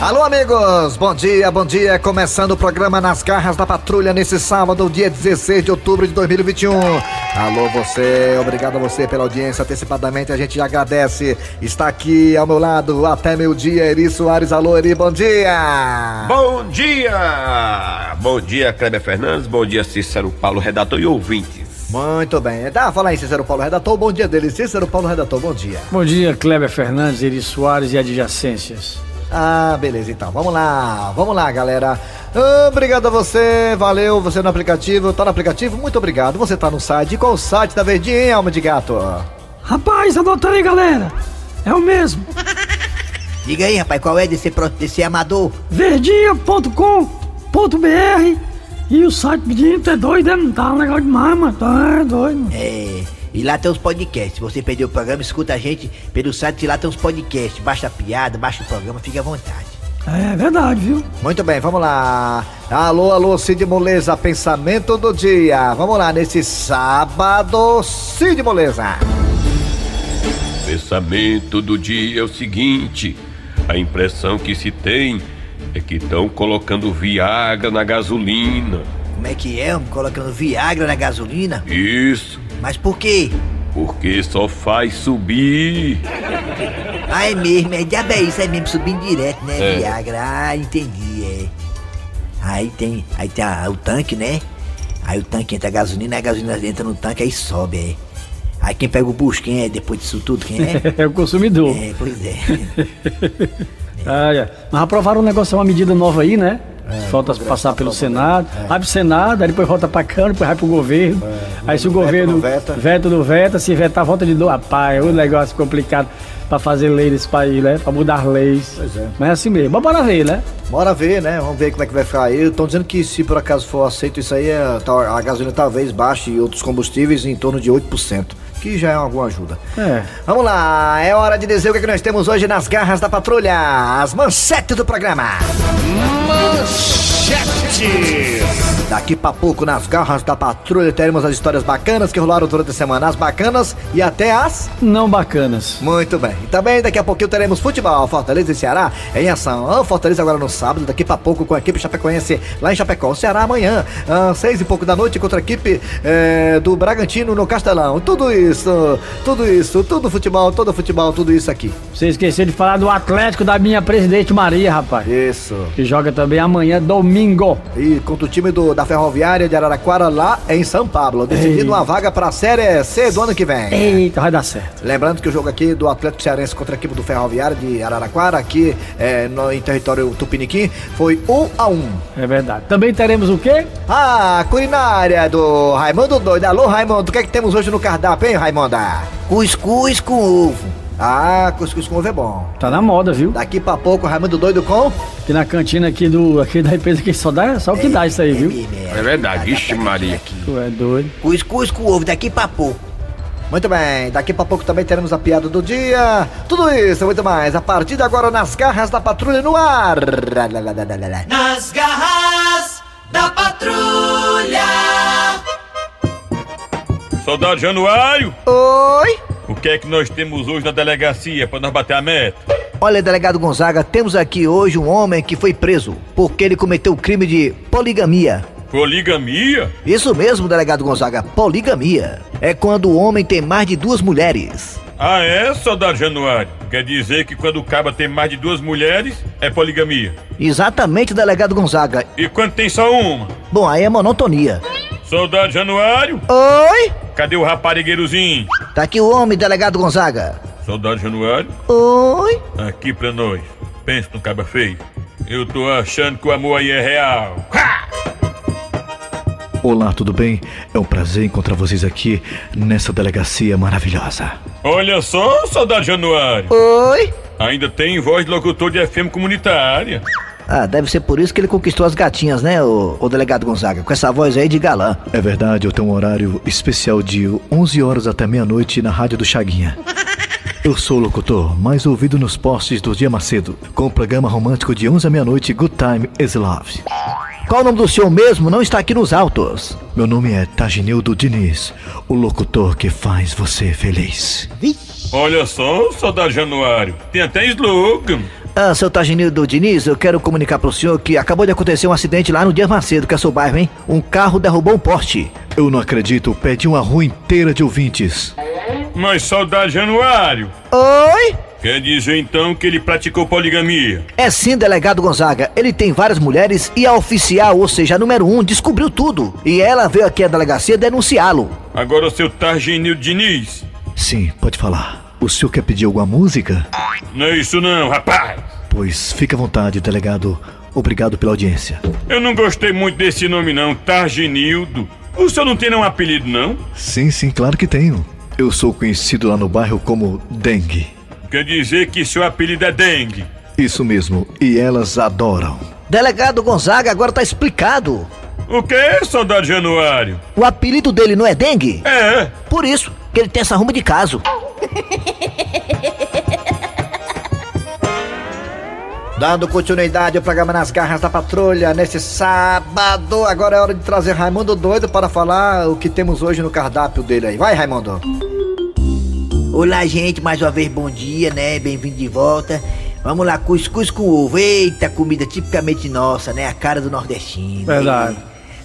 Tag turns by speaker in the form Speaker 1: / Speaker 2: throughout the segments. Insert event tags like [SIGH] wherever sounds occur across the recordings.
Speaker 1: Alô, amigos! Bom dia, bom dia! Começando o programa Nas Garras da Patrulha nesse sábado, dia 16 de outubro de 2021. Alô, você! Obrigado a você pela audiência. Antecipadamente a gente agradece. Está aqui ao meu lado até meio-dia, Eri Soares. Alô, Eri, bom dia!
Speaker 2: Bom dia! Bom dia, Kleber Fernandes. Bom dia, Cícero Paulo, redator e ouvintes.
Speaker 1: Muito bem. Tá, fala aí, Cícero Paulo Redator. Bom dia dele. Cícero Paulo Redator, bom dia.
Speaker 3: Bom dia, Kleber Fernandes, Eri Soares e adjacências.
Speaker 1: Ah, beleza, então. Vamos lá, vamos lá, galera. Obrigado a você, valeu. Você no aplicativo, tá no aplicativo? Muito obrigado. Você tá no site. Qual o site da Verdinha, hein, alma de gato?
Speaker 3: Rapaz, anota aí, galera. É o mesmo.
Speaker 4: Diga aí, rapaz, qual é desse, pro- desse amador?
Speaker 3: Verdinha.com.br e o site pedindo é doido, não tá um negócio demais, mano. Tá é doido, mano.
Speaker 4: É. E lá tem os podcasts. Se você perdeu o programa, escuta a gente pelo site e lá tem os podcasts. Baixa a piada, baixa o programa, fica à vontade.
Speaker 3: É verdade, viu?
Speaker 1: Muito bem, vamos lá. Alô, alô, Cid Moleza, pensamento do dia. Vamos lá, nesse sábado, Cid Moleza.
Speaker 2: Pensamento do dia é o seguinte: a impressão que se tem é que estão colocando Viagra na gasolina.
Speaker 4: Como é que é, homem? Colocando Viagra na gasolina?
Speaker 2: Isso,
Speaker 4: Mas por quê?
Speaker 2: porque só faz subir.
Speaker 4: Ah, é mesmo, é diabo é isso, é mesmo, subindo direto, né, Viagra? Ah, entendi, é. Aí tem, aí tem a- o tanque, né? Aí o tanque entra a gasolina, a gasolina entra no tanque, aí sobe, é. Aí quem pega o bucho, quem é depois disso tudo, quem é?
Speaker 3: [LAUGHS] É o consumidor.
Speaker 4: é, pois é.
Speaker 3: [LAUGHS] Ah, é. Mas aprovaram um negócio, uma medida nova aí, né? Falta passar pelo Senado, vai pro Senado, aí depois volta pra Câmara, depois vai pro governo. aí se o governo
Speaker 1: não veta.
Speaker 3: veto não veta, se vetar, volta de novo. Rapaz, é um negócio complicado pra fazer lei nesse país, né? Pra mudar leis.
Speaker 1: Pois é.
Speaker 3: Mas é assim mesmo. Mas Bora ver, né?
Speaker 1: Bora ver, né? Vamos ver como é que vai ficar aí. Estão dizendo que se por acaso for aceito isso aí, é, tal- a gasolina talvez baixe e outros combustíveis em torno de 8%, que já é alguma ajuda.
Speaker 3: É.
Speaker 1: Vamos lá, é hora de dizer o que, é que nós temos hoje nas garras da patrulha. As manchetes do programa. Daqui pra pouco, nas garras da patrulha, teremos as histórias bacanas que rolaram durante a semana. As bacanas e até as
Speaker 3: Não bacanas.
Speaker 1: muito bem. E também daqui a pouquinho teremos futebol, Fortaleza e Ceará em ação. Ah, Fortaleza agora no sábado, daqui pra pouco com a equipe Chapecoense lá em Chapecó. O Ceará amanhã, ah, seis e pouco da noite, contra a equipe eh, do Bragantino no Castelão. Tudo isso, tudo isso, tudo futebol, todo futebol, tudo isso aqui.
Speaker 3: Você esqueceu de falar do Atlético da minha presidente Maria, rapaz.
Speaker 1: Isso.
Speaker 3: Que joga também amanhã, domingo.
Speaker 1: E contra o time do, da Ferroviária de Araraquara lá em São Paulo, decidindo uma vaga pra Série C do ano que vem.
Speaker 3: Eita, vai dar certo.
Speaker 1: Lembrando que o jogo aqui do Atlético Cearense contra a equipe do Ferroviário de Araraquara, aqui eh, no, em território Tupiniquim, foi 1 a 1
Speaker 3: É verdade. Também teremos o quê?
Speaker 1: Ah, culinária do Raimundo Doido. Alô, Raimundo, o que é que temos hoje no cardápio, hein, Raimonda?
Speaker 4: Cuscuz com ovo.
Speaker 1: Ah, cuscuz com ovo é bom.
Speaker 3: Tá na moda, viu?
Speaker 1: Daqui pra pouco, Raimundo Doido com...
Speaker 3: Aqui na cantina aqui do aqui da empresa que só dá só o que dá isso aí, viu?
Speaker 4: mesmo,
Speaker 2: É verdade, ixi, Maria.
Speaker 3: Tu é doido.
Speaker 4: Cuscuz com ovo, daqui pra pouco.
Speaker 1: Muito bem, daqui pra pouco também teremos a piada do dia. Tudo isso e muito mais, a partir de agora, nas garras da patrulha no ar.
Speaker 5: Nas garras da patrulha.
Speaker 6: Soldado Januário,
Speaker 1: Oi?
Speaker 6: o que é que nós temos hoje na delegacia pra nós bater a meta?
Speaker 4: Olha, delegado Gonzaga, temos aqui hoje um homem que foi preso porque ele cometeu o crime de poligamia.
Speaker 6: Poligamia?
Speaker 4: Isso mesmo, delegado Gonzaga, poligamia. É quando o homem tem mais de duas mulheres.
Speaker 6: Ah, é, soldado Januário? Quer dizer que quando o caba tem mais de duas mulheres, é poligamia.
Speaker 4: Exatamente, delegado Gonzaga.
Speaker 6: E quando tem só uma?
Speaker 4: Bom, aí é monotonia.
Speaker 6: Soldado Januário,
Speaker 4: Oi?
Speaker 6: cadê o raparigueirozinho?
Speaker 4: Tá aqui o homem, delegado Gonzaga.
Speaker 6: Soldado Januário,
Speaker 4: Oi?
Speaker 6: aqui pra nós. Pensa no caba feio. Eu tô achando que o amor aí é real.
Speaker 7: Olá, tudo bem? É um prazer encontrar vocês aqui nessa delegacia maravilhosa.
Speaker 6: Olha só, soldado Januário.
Speaker 4: Oi?
Speaker 6: Ainda tem voz de locutor de FM comunitária.
Speaker 4: Ah, deve ser por isso que ele conquistou as gatinhas, né, o, o delegado Gonzaga? Com essa voz aí de galã.
Speaker 7: É verdade, eu tenho um horário especial de 11 horas até meia-noite na Rádio do Chaguinha. Eu sou o locutor mais ouvido nos postes do dia Macedo, com o programa romântico de 11 à meia-noite Good Time is Love.
Speaker 4: Qual o nome do senhor mesmo? Não está aqui nos autos.
Speaker 7: Meu nome é Taginildo Diniz, o locutor que faz você feliz.
Speaker 6: Olha só, soldado Januário. Tem até slogan.
Speaker 7: Ah, seu Taginildo Diniz, eu quero comunicar pro senhor que acabou de acontecer um acidente lá no Dias Macedo, que é seu bairro, hein? Um carro derrubou um poste. Eu não acredito, perdi uma rua inteira de ouvintes.
Speaker 6: Mas saudade Januário.
Speaker 7: Oi?
Speaker 6: Quer dizer então que ele praticou poligamia?
Speaker 7: É sim, delegado Gonzaga. Ele tem várias mulheres e a oficial, ou seja, a número um, descobriu tudo. E ela veio aqui à delegacia denunciá-lo.
Speaker 6: Agora o seu Targinil Diniz.
Speaker 7: Sim, pode falar. O senhor quer pedir alguma música?
Speaker 6: Não é isso não, rapaz.
Speaker 7: Pois fique à vontade, delegado. Obrigado pela audiência.
Speaker 6: Eu não gostei muito desse nome não, Targinildo. O senhor não tem nenhum apelido não?
Speaker 7: Sim, sim, claro que tenho. Eu sou conhecido lá no bairro como Dengue.
Speaker 6: Quer dizer que seu apelido é Dengue?
Speaker 7: Isso mesmo, e elas adoram. Delegado Gonzaga, agora tá explicado.
Speaker 6: O que é, soldado Januário?
Speaker 7: O apelido dele não é Dengue?
Speaker 6: É.
Speaker 7: Por isso que ele tem essa arruma de caso.
Speaker 1: Dando continuidade ao programa Nas Garras da Patrulha, neste sábado, agora é hora de trazer Raimundo Doido para falar o que temos hoje no cardápio dele aí. Vai, Raimundo!
Speaker 4: Olá, gente, mais uma vez bom dia, né? Bem-vindo de volta. Vamos lá, cuscuz com ovo. Eita, comida tipicamente nossa, né? A cara do nordestino.
Speaker 3: Verdade.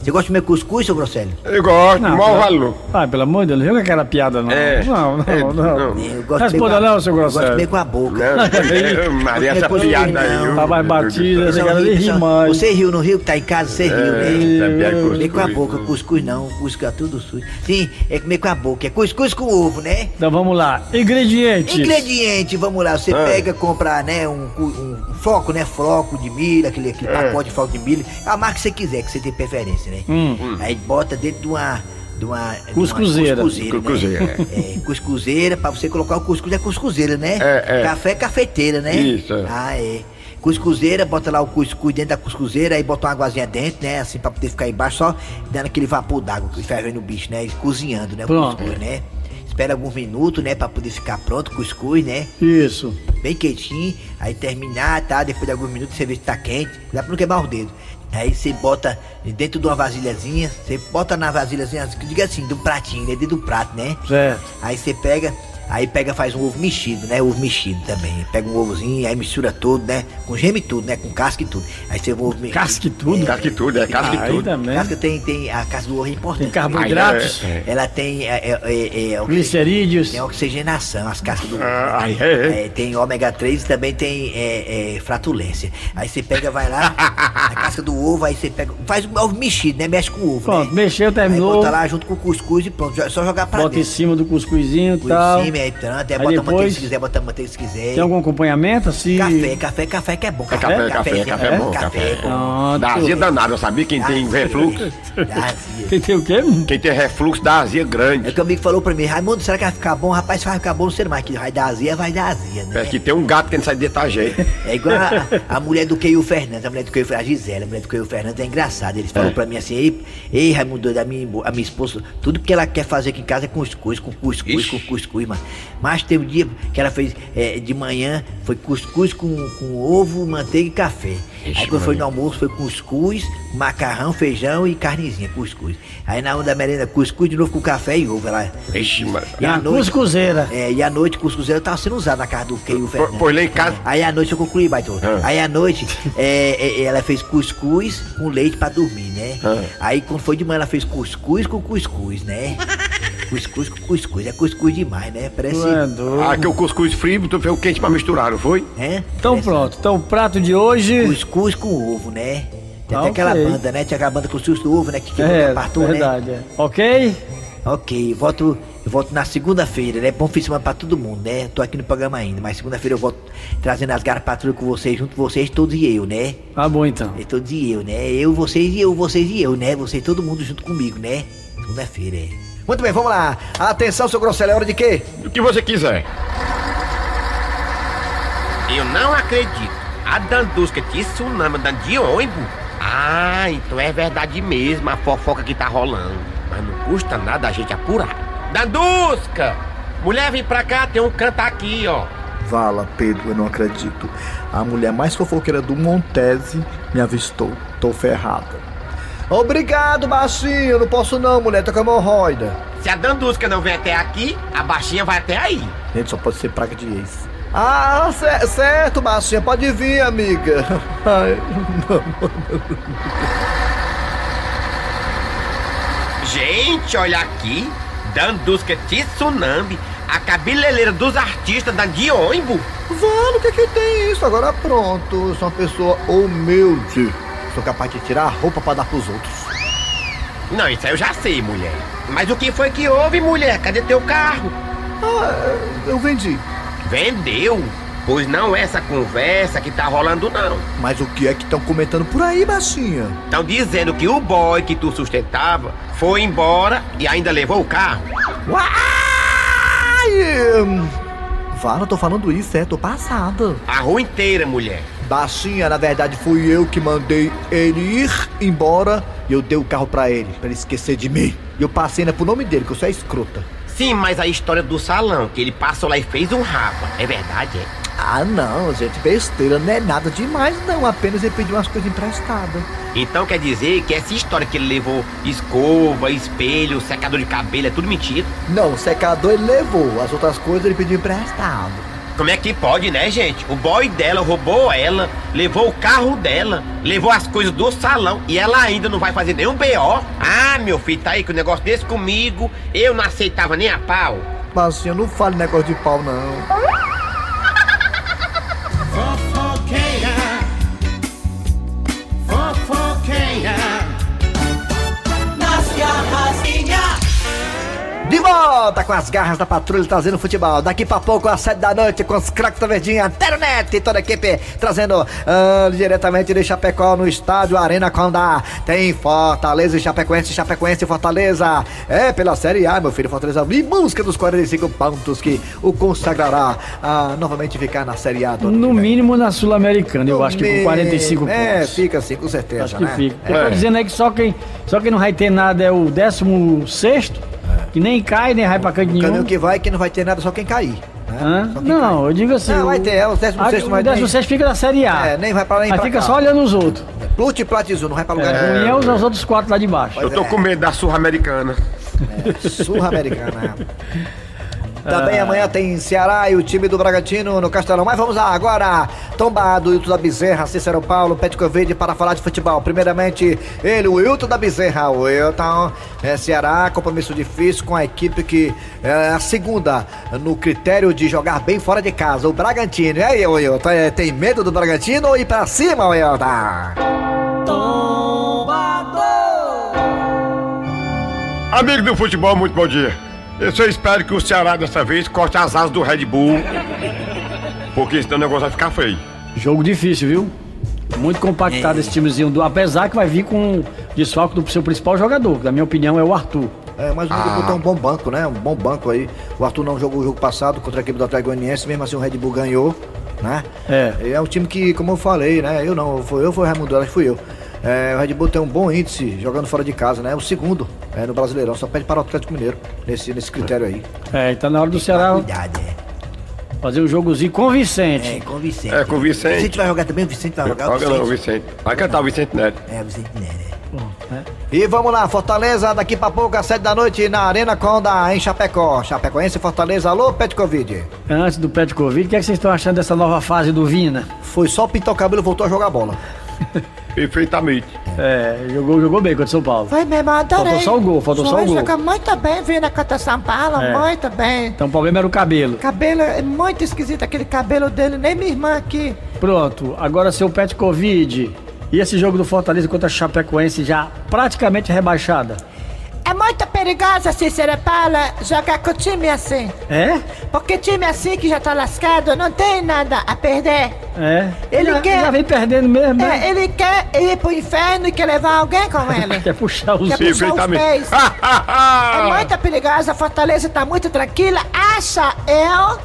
Speaker 4: Você gosta de comer cuscuz, seu Grosselho?
Speaker 2: Eu gosto,
Speaker 3: Não,
Speaker 2: mau
Speaker 3: não.
Speaker 2: valor.
Speaker 3: Ah, pelo amor de Deus, não joga aquela piada, não.
Speaker 2: É.
Speaker 3: Não,
Speaker 2: É,
Speaker 3: não, não.
Speaker 4: Eu gosto de
Speaker 3: Responda
Speaker 4: comer com a-
Speaker 3: não,
Speaker 4: eu Gosto
Speaker 3: seu
Speaker 4: de
Speaker 3: Grosselho.
Speaker 4: comer com a boca.
Speaker 3: [LAUGHS]
Speaker 2: É, Maria, essa
Speaker 4: Não,
Speaker 2: piada aí.
Speaker 4: não.
Speaker 2: eu-
Speaker 3: Tá mais batida,
Speaker 4: Você
Speaker 3: esse cara
Speaker 4: ri,
Speaker 3: nem ri
Speaker 4: pessoal.
Speaker 3: mais.
Speaker 4: Você riu no Rio que tá em casa,
Speaker 2: É,
Speaker 4: você riu, né?
Speaker 2: Essa piada com
Speaker 4: Comer com a
Speaker 2: cuscuz. né?
Speaker 4: boca, cuscuz não, cuscuz é tudo sujo. Sim, é comer com a boca, é cuscuz com ovo, né?
Speaker 3: Então vamos lá. Ingredientes.
Speaker 4: Ingrediente, vamos lá, você
Speaker 2: Ah.
Speaker 4: pega, compra, né, um, cu- um floco, né, floco de milho, aquele,
Speaker 2: É.
Speaker 4: aquele pacote de floco de milho, a marca que você quiser, que você tem preferência, né?
Speaker 3: Hum.
Speaker 4: Aí bota dentro de uma... De uma de uma
Speaker 3: Cuscuzeira.
Speaker 4: Cuscuzeira,
Speaker 2: Cuscuzeira,
Speaker 4: né? É, cuscuzeira, pra você colocar o cuscuz, é cuscuzeira, né?
Speaker 2: É, é.
Speaker 4: Café é cafeteira, né?
Speaker 2: Isso, é.
Speaker 4: Ah, é. Cuscuzeira, bota lá o cuscuz dentro da cuscuzeira, aí bota uma aguazinha dentro, né, assim, pra poder ficar embaixo, só dando aquele vapor d'água que fervendo o bicho, né, e cozinhando, né, o
Speaker 3: Pronto.
Speaker 4: cuscuz, né? Espera alguns minutos, né, pra poder ficar pronto o cuscuz, né?
Speaker 3: Isso.
Speaker 4: bem quentinho, aí terminar, tá? Depois de alguns minutos você vê se tá quente, dá pra não queimar os dedos. Aí você bota dentro de uma vasilhazinha, você bota na vasilhazinha, diga assim, de um pratinho, né? Dentro do prato, né?
Speaker 3: Certo.
Speaker 4: Aí você pega, aí pega, faz um ovo mexido, né? Ovo mexido também. Pega um ovozinho, aí mistura tudo, né? Com gema e tudo, né? Com casca e tudo. Aí você ovo mexido.
Speaker 3: Casca e tudo?
Speaker 2: Casca e tudo, é, casca e
Speaker 3: Aí
Speaker 2: tudo.
Speaker 3: também.
Speaker 4: Casca tem, tem, a casca do ovo é importante.
Speaker 3: Tem carboidratos,
Speaker 2: Aí, é,
Speaker 4: Ela tem, é, é, é, é,
Speaker 3: glicerídeos.
Speaker 4: tem oxigenação, as cascas do ovo.
Speaker 2: Ah, aí, é, é.
Speaker 4: É, tem ômega 3 e também tem é, é, fratulência. Aí você pega, vai lá, na casca do ovo, aí você pega. Faz o ovo mexido, né? Mexe com o ovo.
Speaker 3: Pronto,
Speaker 4: né?
Speaker 3: mexeu, terminou.
Speaker 4: Aí bota lá junto com o cuscuz e pronto. jo- Só jogar pra
Speaker 3: Bota em
Speaker 4: dentro.
Speaker 3: cima do cuscuzinho e
Speaker 4: Por
Speaker 3: tal.
Speaker 4: cima, aí, pronto, aí, bota a
Speaker 3: Aí
Speaker 4: manteiga
Speaker 3: depois-
Speaker 4: se quiser, bota a manteiga se quiser.
Speaker 3: Tem algum acompanhamento assim?
Speaker 4: Café, café, café que é bom.
Speaker 2: Café, café, café é bom, café.
Speaker 3: Pronto.
Speaker 2: Dá azia danada, eu sabia quem tem refluxo.
Speaker 4: Dá azia.
Speaker 3: Tem, tem o quê?
Speaker 2: Quem tem refluxo dá azia
Speaker 4: É o
Speaker 2: grande.
Speaker 4: que o amigo falou pra mim, Raimundo, será que vai ficar bom? Rapaz, se vai ficar bom, não sei mais, que vai dar azia, vai dar azia, né?
Speaker 2: Parece que tem um gato que não sai de jeito.
Speaker 4: É igual a, a mulher do Keio Fernandes, a mulher do Keio Fernandes, a Gisele, a mulher do Keio Fernandes é engraçada. Eles falam pra mim assim, ei, ei Raimundo, doido, a minha, a minha esposa, tudo que ela quer fazer aqui em casa é cuscuz, com cuscuz,
Speaker 2: Ixi.
Speaker 4: com cuscuz, mano. Mas tem um dia que ela fez eh, de manhã, foi cuscuz com, com ovo, manteiga e café. Aí quando foi no almoço, foi cuscuz, macarrão, feijão e carnezinha, cuscuz. Aí na onda da merenda, cuscuz de novo com café e ovo. Ela,
Speaker 2: Ixi, mano.
Speaker 4: e à
Speaker 3: Ah,
Speaker 4: noite,
Speaker 3: Cuscuzeira.
Speaker 4: é, e à noite, cuscuzeira tava sendo usado na casa do Keio Fernandes.
Speaker 2: Pois lá em casa.
Speaker 4: Aí à noite eu concluí, Baito. Aí à noite é, é, ela fez cuscuz com leite pra dormir, né? Aí quando foi de manhã ela fez cuscuz com cuscuz, né? cuscuz com cuscuz. É cuscuz demais, né? Parece.
Speaker 3: Tu é doido.
Speaker 2: Ah, que o cuscuz frio, tu fez o quente pra misturar, não foi?
Speaker 4: né?
Speaker 3: Então
Speaker 4: Parece
Speaker 3: pronto. Então o prato de hoje.
Speaker 4: Cuscuz com ovo, né? Tem
Speaker 3: Ah,
Speaker 4: até
Speaker 3: ok.
Speaker 4: aquela banda, né? Tinha aquela banda com cuscuz do ovo, né? Que quebrou
Speaker 3: É,
Speaker 4: a partura, né?
Speaker 3: verdade. é. Ok?
Speaker 4: Ok, eu volto, eu volto na segunda-feira, né? Bom fim de semana pra todo mundo, né? Tô aqui no programa ainda, mas segunda-feira eu volto trazendo as garpatrulhas com vocês, junto com vocês, todos e eu, né?
Speaker 3: Tá bom então.
Speaker 4: Eu tô de eu, né? Eu, vocês e eu, vocês e eu, né? Vocês todo mundo junto comigo, né? Segunda-feira, é.
Speaker 1: Muito bem, vamos lá. Atenção, seu Grosselho, é hora de quê?
Speaker 2: O que você quiser.
Speaker 8: Eu não acredito. A Dandusca de tsunami dan- de ônibus? Ah, então é verdade mesmo a fofoca que tá rolando. Mas não custa nada a gente apurar. Dandusca! Mulher, vem pra cá, tem um canto aqui, ó.
Speaker 9: Vala, Pedro, eu não acredito. A mulher mais fofoqueira do Montese me avistou. Tô ferrada.
Speaker 1: Obrigado, baixinho. Eu Não posso não, mulher. Tô com hemorroida.
Speaker 8: Se a Dandusca não vem até aqui, a baixinha vai até aí.
Speaker 9: Gente, só pode ser praga de ex. Ah, c- certo, Marcinha, pode vir, amiga. [LAUGHS] Ai, não, não,
Speaker 8: Gente, olha aqui. Dandusca Tsunami, a cabeleireira dos artistas da de ônibus.
Speaker 9: Vale, o que, que tem isso? Agora pronto, eu sou uma pessoa humilde. Sou capaz de tirar a roupa pra dar pros outros.
Speaker 8: Não, isso aí eu já sei, mulher. Mas o que foi que houve, mulher? Cadê teu carro?
Speaker 9: Ah, eu vendi.
Speaker 8: Vendeu? Pois não é essa conversa que tá rolando, não.
Speaker 9: Mas o que é que estão comentando por aí, baixinha?
Speaker 8: Estão dizendo que o boy que tu sustentava foi embora e ainda levou o carro.
Speaker 9: Uai! Vá, não hum, tô falando isso, é? Tô passada.
Speaker 8: A rua inteira, mulher.
Speaker 9: Baixinha, na verdade, fui eu que mandei ele ir embora e eu dei o carro pra ele, pra ele esquecer de mim. E eu passei ainda pro nome dele, que eu sou é escrota.
Speaker 8: Sim, mas a história do salão, que ele passou lá e fez um rapa. É verdade, é?
Speaker 9: Ah, não, gente, besteira, não é nada demais, não. Apenas ele pediu umas coisas emprestadas.
Speaker 8: Então quer dizer que essa história que ele levou escova, espelho, secador de cabelo, é tudo mentira?
Speaker 9: Não, o secador ele levou, as outras coisas ele pediu emprestado.
Speaker 8: Como é que pode, né, gente? O boy dela roubou ela, levou o carro dela, levou as coisas do salão e ela ainda não vai fazer nenhum BO. Ah, meu filho, tá aí com um negócio desse comigo, eu não aceitava nem a pau.
Speaker 9: Bacinha, assim, não fale negócio de pau, não.
Speaker 5: Fofoqueira. Fofoqueira. Nas garrafinhas.
Speaker 1: De volta com as garras da patrulha trazendo futebol. Daqui pra pouco, às sete da noite, com os craques da Verdinha, Teronet e toda a equipe trazendo ah, diretamente de Chapecó no estádio Arena Condá. Tem Fortaleza e Chapecoense, Chapecoense e Fortaleza. É pela Série A, meu filho, Fortaleza em busca dos 45 pontos que o consagrará a novamente ficar na Série A. do ano
Speaker 3: No
Speaker 1: que vem.
Speaker 3: mínimo na Sul-Americana, eu acho que com 45 pontos.
Speaker 1: É, fica assim, com certeza,
Speaker 3: Acho que
Speaker 1: né?
Speaker 3: fica. Porque
Speaker 1: É.
Speaker 3: tá dizendo aí que só quem, só quem não vai ter nada é o 16, que nem cai, nem vai pra canto nenhum.
Speaker 1: Caminho que vai que não vai ter nada, só quem cair. né?
Speaker 3: Hã?
Speaker 1: Só quem
Speaker 3: Não, eu digo assim.
Speaker 1: Não, vai
Speaker 3: o-
Speaker 1: ter, é, o 16º vai
Speaker 3: Ah, O 16 fica na Série A.
Speaker 1: É, nem vai pra lá, nem
Speaker 3: Mas
Speaker 1: pra
Speaker 3: fica
Speaker 1: cá.
Speaker 3: só olhando os outros.
Speaker 1: Plute e Platizu, não vai pra lugar nenhum.
Speaker 3: É,
Speaker 1: É.
Speaker 3: União os outros quatro lá de baixo.
Speaker 8: Eu tô
Speaker 2: é.
Speaker 8: com medo da surra americana.
Speaker 1: Surra americana. Também amanhã tem Ceará e o time do Bragantino no Castelão. Mas vamos lá agora. Tombado, Wilton da Bezerra, Cícero Paulo, Pet Covid para falar de futebol. Primeiramente, ele, o Wilton da Bezerra. O Wilton, é, Ceará, compromisso difícil com a equipe que é a segunda no critério de jogar bem fora de casa. O Bragantino. E aí, Wilton, é, tem medo do Bragantino ou ir pra cima, Wilton?
Speaker 6: Amigo do futebol, muito bom dia. Eu só espero que o Ceará dessa vez corte as asas do Red Bull. Porque senão o negócio vai ficar feio.
Speaker 3: Jogo difícil, viu? Muito compactado esse timezinho do. Apesar que vai vir com o desfalque do seu principal jogador, que na minha opinião é o Arthur.
Speaker 1: É, mas o Red Bull tem um bom banco, né? Um bom banco aí. O Arthur não jogou o jogo passado contra a equipe do Atlético Goianiense, mesmo assim o Red Bull ganhou, né?
Speaker 3: É.
Speaker 1: E é um time que, como eu falei, né? Eu não, foi eu, foi o Raimundo, acho que fui eu. É, o Red Bull tem um bom índice jogando fora de casa, né? O segundo é, no Brasileirão, só perde para o Atlético Mineiro nesse, nesse critério aí.
Speaker 3: É, então na hora do Ceará
Speaker 4: Cuidado, é.
Speaker 3: fazer um jogozinho convincente.
Speaker 4: É, com o Vicente.
Speaker 2: É, com o Vicente.
Speaker 4: O Vicente vai jogar também, o Vicente vai jogar. o
Speaker 2: Joga não, Vicente. Vai cantar o Vicente Neto.
Speaker 4: É, o Vicente Nery.
Speaker 6: né?
Speaker 1: E vamos lá, Fortaleza, daqui pra pouco, às sete da noite, na Arena Conda, em Chapecó. Chapecoense, Fortaleza, alô, Pet Covid.
Speaker 3: Antes do pé de Covid, o que, é que vocês estão achando dessa nova fase do Vina?
Speaker 1: Foi só pintar o cabelo e voltou a jogar bola.
Speaker 2: [LAUGHS] Perfeitamente.
Speaker 3: É, jogou, jogou bem contra o São Paulo.
Speaker 10: Foi mesmo, adorei.
Speaker 3: Faltou só o gol, faltou só o
Speaker 10: Foi,
Speaker 3: gol.
Speaker 10: Joga muito bem, vindo contra São Paulo,
Speaker 3: É.
Speaker 10: muito bem.
Speaker 3: Então o problema era o cabelo.
Speaker 10: Cabelo é muito esquisito, aquele cabelo dele, nem minha irmã aqui.
Speaker 3: Pronto, agora seu pé de Covid. E esse jogo do Fortaleza contra a Chapecoense já praticamente rebaixada.
Speaker 10: É muito perigoso, Cícero Paulo, jogar com time assim.
Speaker 3: É?
Speaker 10: Porque time assim que já tá lascado, não tem nada a perder.
Speaker 3: É.
Speaker 10: Ele
Speaker 3: já,
Speaker 10: quer-
Speaker 3: já vem perdendo mesmo, né?
Speaker 10: É, ele quer ir pro inferno e quer levar alguém
Speaker 3: [LAUGHS]
Speaker 10: com ele.
Speaker 3: Quer puxar os
Speaker 10: Quer puxar
Speaker 3: tá
Speaker 10: os
Speaker 3: [LAUGHS]
Speaker 10: pés. é muito perigosa, a Fortaleza tá muito tranquila. Acha eu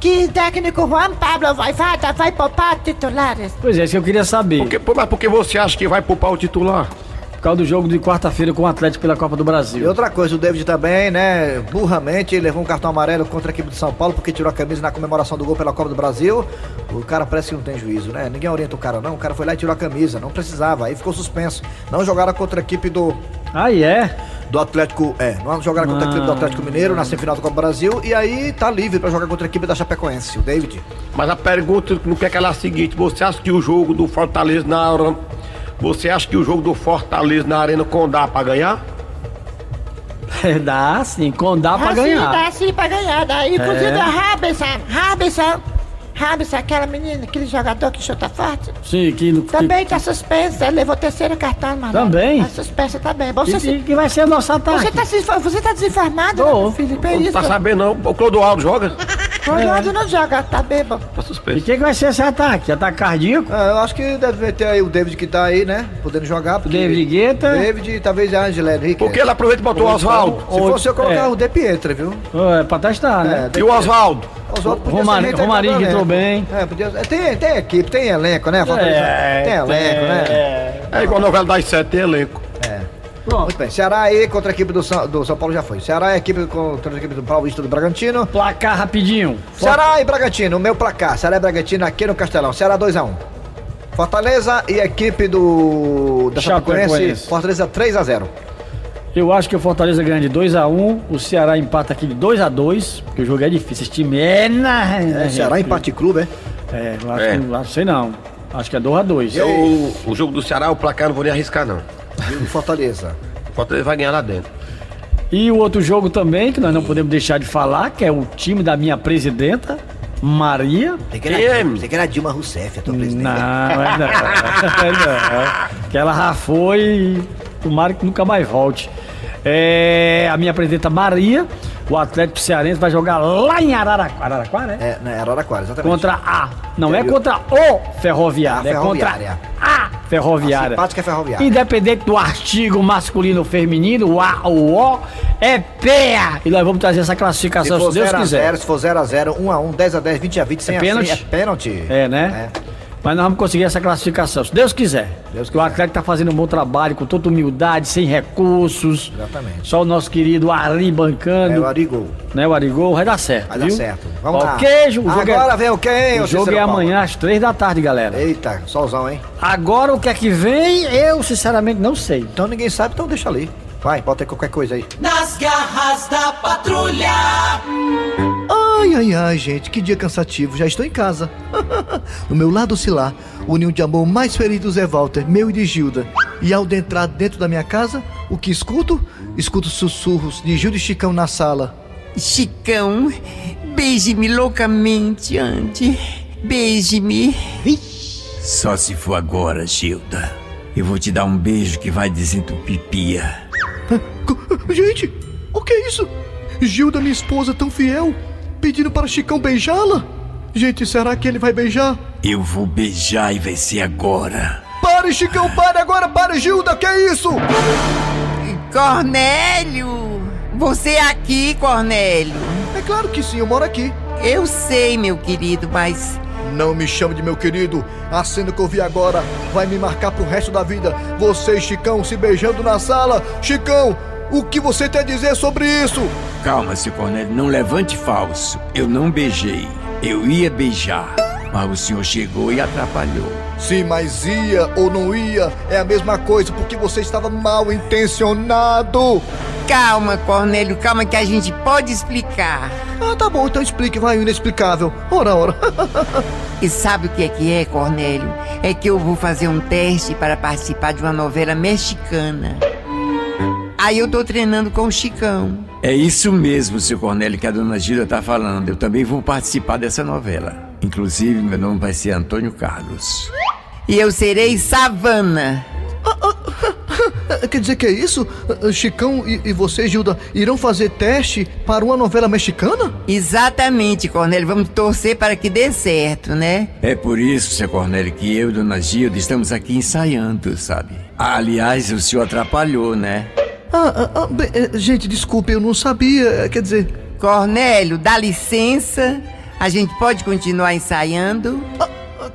Speaker 10: que o técnico Juan Pablo Vaivada vai poupar titulares.
Speaker 3: Pois é, isso que eu queria saber.
Speaker 2: Porque, pô, mas por que você acha que vai poupar o titular?
Speaker 3: Por causa do jogo de quarta-feira com o Atlético pela Copa do
Speaker 1: E
Speaker 3: Brasil.
Speaker 1: outra coisa, o David também, né, burramente levou um cartão amarelo contra a equipe de São Paulo porque tirou a camisa na comemoração do gol pela Copa do Brasil. O cara parece que não tem juízo, né? Ninguém orienta o cara, não. O cara foi lá e tirou a camisa, não precisava, aí ficou suspenso. Não jogaram contra a equipe do.
Speaker 3: Ah, é? Ah.
Speaker 1: do Atlético. É, não jogaram contra a equipe do Atlético Mineiro na semifinal da Copa do Brasil e aí tá livre pra jogar contra a equipe da Chapecoense, o David.
Speaker 8: Mas a pergunta que não quer calar é a seguinte: você acha que o jogo do Fortaleza na Arena. Você acha que o jogo do Fortaleza na Arena Condá pra ganhar?
Speaker 3: dá sim, assim, quando dá pra
Speaker 10: Ah,
Speaker 3: ganhar.
Speaker 10: Sim, dá sim pra ganhar. Dá. Inclusive
Speaker 3: É.
Speaker 10: a Robinson, Robinson, Robinson, aquela menina, aquele jogador que chuta forte,
Speaker 3: Sim, que, que-
Speaker 10: também tá suspensa. Ela Levou o terceiro cartão, mano.
Speaker 3: Também?
Speaker 10: Tá suspensa também. Bom,
Speaker 3: que,
Speaker 10: Você, se-
Speaker 3: que vai ser nosso ataque.
Speaker 10: você, tá, se- você tá desinformado, né, meu filho? É
Speaker 8: Não
Speaker 10: isso.
Speaker 8: tá sabendo, não. O Clodoaldo joga?
Speaker 10: Ronaldo não joga, tá bêbado.
Speaker 8: Tá
Speaker 3: E
Speaker 8: suspenso.
Speaker 3: que, que vai ser esse ataque? Ataque cardíaco?
Speaker 1: É, eu acho que deve ter aí o David que tá aí, né? Podendo jogar. Porque
Speaker 3: David Guetta.
Speaker 1: David e talvez a Angela Henrique. então,
Speaker 8: Porque ele aproveita e botou o Oswaldo.
Speaker 1: Se fosse eu colocar um
Speaker 3: É.
Speaker 1: o De Pietra, viu?
Speaker 3: Ô, É pra testar, né?
Speaker 8: E o Oswaldo?
Speaker 1: Oswaldo podia
Speaker 3: Romário-
Speaker 1: ser meio
Speaker 3: Romarinho que entrou
Speaker 1: elenco. É, podia, é, tem, tem equipe, tem elenco, né? Fortaleza?
Speaker 3: É,
Speaker 1: tem elenco, né? É.
Speaker 8: É igual a novela das sete, tem elenco.
Speaker 1: Muito bem. Ceará aí contra a equipe do São, do São Paulo já foi. Ceará é a equipe contra a equipe do Paulista do Bragantino.
Speaker 3: Placar rapidinho.
Speaker 1: Ceará e Bragantino, o meu placar. Ceará e Bragantino aqui no Castelão. Ceará 2x1. Fortaleza e a equipe do. da
Speaker 3: Chapecoense.
Speaker 1: Chapecoense. Fortaleza 3x0.
Speaker 3: Eu acho que o Fortaleza ganha de 2x1, o Ceará empata aqui de 2x2, porque o jogo é difícil. Esse time é na.
Speaker 1: É, Ceará empate de clube, é?
Speaker 3: É, eu acho
Speaker 8: É.
Speaker 3: que não sei não. Acho que é 2x2.
Speaker 8: Eu, o jogo do Ceará, o placar, não vou nem arriscar, não.
Speaker 1: E Fortaleza.
Speaker 8: O Fortaleza vai ganhar lá dentro.
Speaker 3: E o outro jogo também, que nós não podemos deixar de falar, que é o time da minha presidenta, Maria.
Speaker 4: Você que era, você que era Dilma Rousseff, a tua presidente.
Speaker 3: Não, é não. [LAUGHS] É não. Que ela já foi e tomara que nunca mais volte. É, a minha presidenta Maria, o Atlético Cearense vai jogar lá em Araraquara, Araraquara, né?
Speaker 1: É, né, Araraquara, exatamente.
Speaker 3: Contra a. Não é contra o
Speaker 1: A
Speaker 3: ferroviário, é contra
Speaker 1: Ferroviária.
Speaker 3: a ferroviária.
Speaker 1: A simpática Ferroviária.
Speaker 3: Independente do artigo masculino ou feminino, o A ou o O, é PEA. E nós vamos trazer essa
Speaker 1: Se
Speaker 3: classificação se,
Speaker 1: for
Speaker 3: Deus
Speaker 1: 0x0,
Speaker 3: quiser.
Speaker 1: se for 0x0, 1x1, 10x10, 20x20, 100
Speaker 3: É
Speaker 1: a 100 é
Speaker 3: pênalti?
Speaker 1: pênalti.
Speaker 3: É, né? Mas nós vamos conseguir essa classificação, se Deus quiser.
Speaker 1: Deus
Speaker 3: Porque O Atlético tá fazendo um bom trabalho, com toda humildade, sem recursos.
Speaker 1: Exatamente.
Speaker 3: Só o nosso querido Ari
Speaker 1: É,
Speaker 3: bancando.
Speaker 1: o Arigol.
Speaker 3: Né, o Arigol, vai dar certo.
Speaker 1: Vai
Speaker 3: viu?
Speaker 1: dar certo. Vamos
Speaker 3: Ó,
Speaker 1: lá.
Speaker 3: Queijo, o jogo é-
Speaker 1: Agora vem o quem,
Speaker 3: O
Speaker 1: ô
Speaker 3: jogo
Speaker 1: Cícero
Speaker 3: é
Speaker 1: Paulo?
Speaker 3: amanhã às três da tarde, galera.
Speaker 1: Eita, solzão, hein?
Speaker 3: Agora o que é que vem, eu sinceramente não sei.
Speaker 1: Então ninguém sabe, então deixa ali. Vai, bota aí qualquer coisa aí.
Speaker 11: Nas garras da patrulha.
Speaker 7: Ai, ai, ai, gente, que dia cansativo, já estou em casa. [LAUGHS] no meu lado oscilar, o ninho de amor mais feliz do Zé Walter, meu e de Gilda. E ao entrar dentro da minha casa, o que escuto? Escuto sussurros de Gilda e Chicão na sala.
Speaker 12: Chicão, beije-me loucamente, Andy. Beije-me.
Speaker 13: Só se for agora, Gilda. Eu vou te dar um beijo que vai desentupir pia.
Speaker 7: [LAUGHS] Gente, o que é isso? Gilda, minha esposa tão fiel, pedindo para Chicão beijá-la? Gente, será que ele vai beijar?
Speaker 13: Eu vou beijar e vai ser agora.
Speaker 7: Pare, Chicão, pare agora, pare, Gilda, que é isso?
Speaker 12: Cornélio! Você é aqui, Cornélio!
Speaker 7: É claro que sim, eu moro aqui.
Speaker 12: Eu sei, meu querido, mas.
Speaker 7: Não me chame de meu querido. A cena que eu vi agora vai me marcar pro resto da vida. Você e Chicão se beijando na sala. Chicão, o que você tem a dizer sobre isso?
Speaker 13: Calma, seu Cornélio, não levante falso. Eu não beijei. Eu ia beijar, mas o senhor chegou e atrapalhou.
Speaker 7: Se mas ia ou não ia, é a mesma coisa porque você estava mal intencionado.
Speaker 12: Calma, Cornélio, calma que a gente pode explicar.
Speaker 7: Ah, tá bom, então explique, vai o inexplicável. Ora, ora.
Speaker 12: E sabe o que é que é, Cornélio? É que eu vou fazer um teste para participar de uma novela mexicana. Aí eu tô treinando com o Chicão.
Speaker 13: É isso mesmo, seu Cornélio, que a dona Gilda tá falando. Eu também vou participar dessa novela. Inclusive, meu nome vai ser Antônio Carlos.
Speaker 12: E eu serei Savana.
Speaker 7: Ah, [LAUGHS] Quer dizer que é isso? Ah, ah, Chicão e, e você, Gilda, irão fazer teste para uma novela mexicana?
Speaker 12: Exatamente, Cornélio. Vamos torcer para que dê certo, né?
Speaker 13: É por isso, seu Cornélio, que eu e dona Gilda estamos aqui ensaiando, sabe? Aliás, o senhor atrapalhou, né?
Speaker 7: Ah, ah, ah, bem, eh, gente, desculpe, eu não sabia. eh, Quer dizer,
Speaker 12: Cornélio, dá licença. A gente pode continuar ensaiando?
Speaker 7: ah,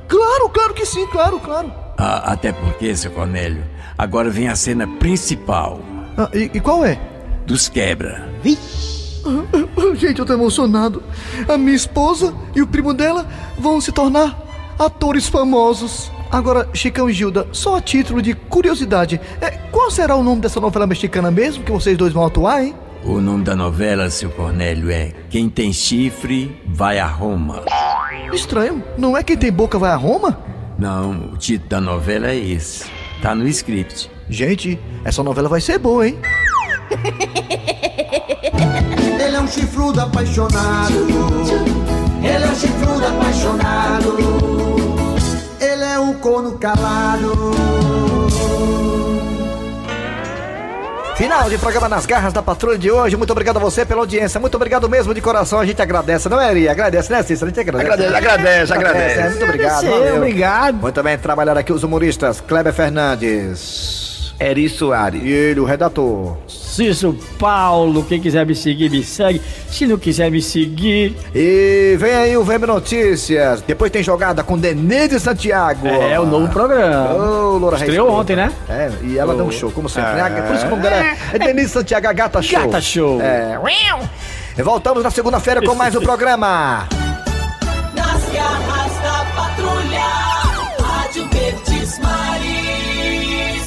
Speaker 7: claro, claro que sim, claro, claro.
Speaker 13: Ah, até porque, seu Cornélio, agora vem a cena principal
Speaker 7: Ah, e, e qual é?
Speaker 13: dos quebra.
Speaker 7: [LAUGHS] Gente, eu tô emocionado. A minha esposa e o primo dela vão se tornar atores famosos. Agora, Chicão e Gilda, só a título de curiosidade, é, qual será o nome dessa novela mexicana mesmo que vocês dois vão atuar, hein?
Speaker 13: O nome da novela, seu Cornélio, é Quem Tem Chifre Vai a Roma.
Speaker 7: Estranho, não é quem tem boca vai a Roma?
Speaker 13: Não, o título da novela é esse. Tá no script.
Speaker 7: Gente, essa novela vai ser boa, hein?
Speaker 10: Ele é um chifrudo apaixonado. Ele é um chifrudo apaixonado. Ele é um corno calado.
Speaker 1: Final de programa nas garras da patrulha de hoje. Muito obrigado a você pela audiência. Muito obrigado mesmo de coração. A gente agradece, não é, Eri? Agradece, né, Cícero? A gente agradece.
Speaker 8: Agradece, agradece, agradece.
Speaker 1: é, muito obrigado.
Speaker 8: Agradeceu,
Speaker 1: Obrigado. Muito bem, trabalharam aqui os humoristas Kleber Fernandes.
Speaker 3: Eri Soares.
Speaker 1: E ele, o redator.
Speaker 3: Cícero Paulo, quem quiser me seguir, me segue. Se não quiser me seguir.
Speaker 1: E vem aí o VM Notícias. Depois tem jogada com Denise Santiago.
Speaker 3: É, o novo programa.
Speaker 1: Ô, Loura
Speaker 3: Estreou
Speaker 1: Reis.
Speaker 3: ontem, né?
Speaker 1: É, e ela
Speaker 3: Ô.
Speaker 1: deu um show, como sempre.
Speaker 3: É.
Speaker 1: né? Por isso que o nome dela é, é Denise Santiago, a Gata Show.
Speaker 3: Gata Show.
Speaker 1: É. E voltamos na segunda-feira com mais um programa.
Speaker 10: Nas garras da patrulha, Rádio Verdes Mares.